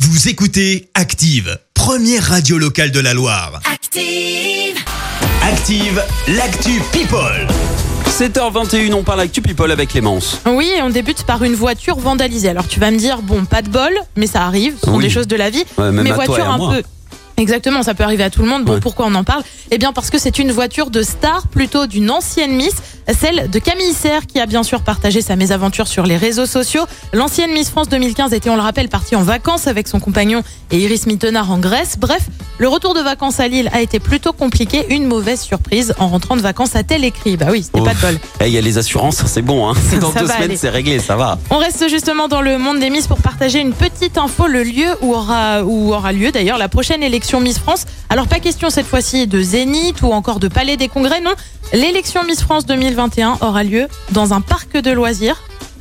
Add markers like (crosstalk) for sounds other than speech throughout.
Vous écoutez Active, première radio locale de la Loire. Active. Active, l'actu People. 7h21, on parle Actu People avec Clémence. Oui, et on débute par une voiture vandalisée. Alors tu vas me dire, bon, pas de bol, mais ça arrive, ce sont Oui. des choses de la vie. Ouais, même mais à toi et voiture à un moi. peu. Exactement, ça peut arriver à tout le monde. Bon, Ouais. pourquoi on en parle Eh bien, parce que c'est une voiture de star, plutôt d'une ancienne Miss, celle de Camille Serre, qui a bien sûr partagé sa mésaventure sur les réseaux sociaux. L'ancienne Miss France 2015 était, on le rappelle, partie en vacances avec son compagnon et Iris Mittenard en Grèce. Bref, le retour de vacances à Lille a été plutôt compliqué. Une mauvaise surprise en rentrant de vacances à tel écrit. Bah oui, c'était pas de Ouf. bol. Eh, Il y a les assurances, c'est bon, hein. Dans Ça deux va semaines, aller. c'est réglé, ça va. On reste justement dans le monde des Miss pour partager une petite info, le lieu où aura, où aura lieu d'ailleurs la prochaine élection Miss France. Alors pas question cette fois-ci de Zénith ou encore de Palais des Congrès, non. L'élection Miss France 2021 aura lieu dans un parc de loisirs.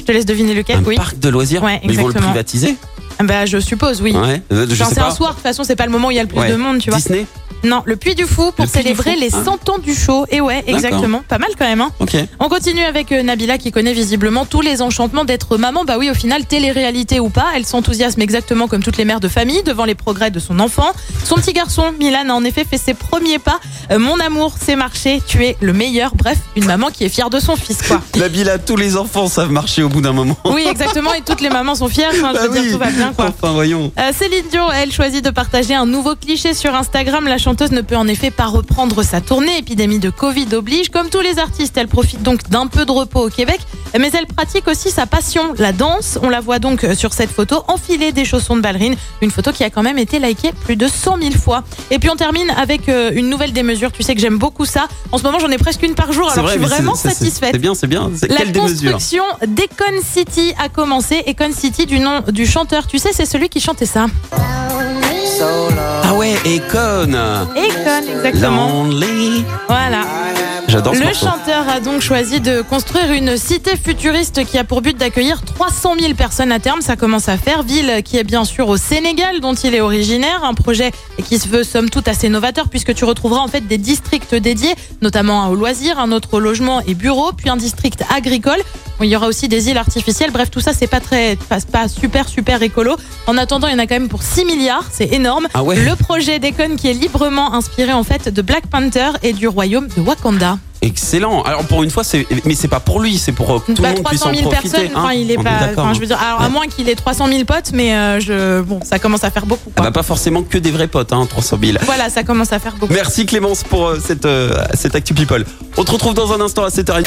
Je te laisse deviner lequel, Un Eh oui. parc de loisirs, Ouais, mais ils vont le exactement. privatiser. Ah Bah, je suppose, oui. Ouais, euh, je Enfin, sais c'est pas. un soir, de toute façon, c'est pas le moment où il y a le plus Ouais. de monde, tu vois. Disney Non, le Puy du Fou pour Le Puy du célébrer Fou, les hein. 100 ans du show. Et ouais, exactement. Pas mal quand même, hein. Ok. On continue avec euh, Nabila qui connaît visiblement tous les enchantements d'être maman. Bah oui, au final, télé-réalité ou pas, elle s'enthousiasme exactement comme toutes les mères de famille devant les progrès de son enfant. Son petit garçon, Milan, a en effet fait ses premiers pas. Euh, mon amour, c'est marché, tu es le meilleur. Bref, une maman qui est fière de son fils, (laughs) quoi. (laughs) La villa, tous les enfants savent marcher au bout d'un moment. Oui, exactement, et toutes les mamans sont fières. Enfin, je veux Bah dire, oui. tout va bien, quoi. Enfin, voyons. Euh, Céline Dion, elle choisit de partager un nouveau cliché sur Instagram. La chanteuse ne peut en effet pas reprendre sa tournée. Épidémie de Covid oblige. Comme tous les artistes, elle profite donc d'un peu de repos au Québec. Mais elle pratique aussi sa passion, la danse. On la voit donc euh, sur cette photo enfiler des chaussons de ballerine. Une photo qui a quand même été likée plus de 100 000 fois. Et puis on termine avec euh, une nouvelle démesure. Tu sais que j'aime beaucoup ça. En ce moment, j'en ai presque une par jour. C'est Alors je suis mais c'est- vraiment c'est- c'est- satisfaite. C'est bien, c'est bien. C'est La quelle démesure construction d'Econ City a commencé. Econ City, du nom du chanteur, tu sais, c'est celui qui chantait ça. Ah ouais, et con Econ, exactement. Lonely. Voilà. J'adore ce Le morceau. chanteur a donc choisi de construire une cité futuriste qui a pour but d'accueillir 300 000 personnes à terme. Ça commence à faire. Ville qui est bien sûr au Sénégal, dont il est originaire. Un projet qui se veut somme toute assez novateur puisque tu retrouveras en fait des districts dédiés, notamment un au loisir, un autre au logement et bureau, puis un district agricole. Bon, Il y aura aussi des îles artificielles. Bref, tout ça, c'est pas très, pas, pas super, super écolo. En attendant, il y en a quand même pour 6 milliards. C'est énorme. Ah ouais. Le projet déconne qui est librement inspiré en fait de Black Panther et du royaume de Wakanda. Excellent. Alors pour une fois, c'est mais c'est pas pour lui, c'est pour euh, tout le Bah, monde puisse en 300 000 profiter. personnes, hein. enfin, il est On pas. d'accord, enfin, hein. je veux dire, alors Ouais. à moins qu'il ait 300 000 potes, mais euh, je, bon, ça commence à faire beaucoup. Ah quoi. bah, pas forcément que des vrais potes, hein, 300 000. Voilà, ça commence à faire beaucoup. Merci Clémence pour euh, cette, euh, cette Actu People. On te retrouve dans un instant à 7h30.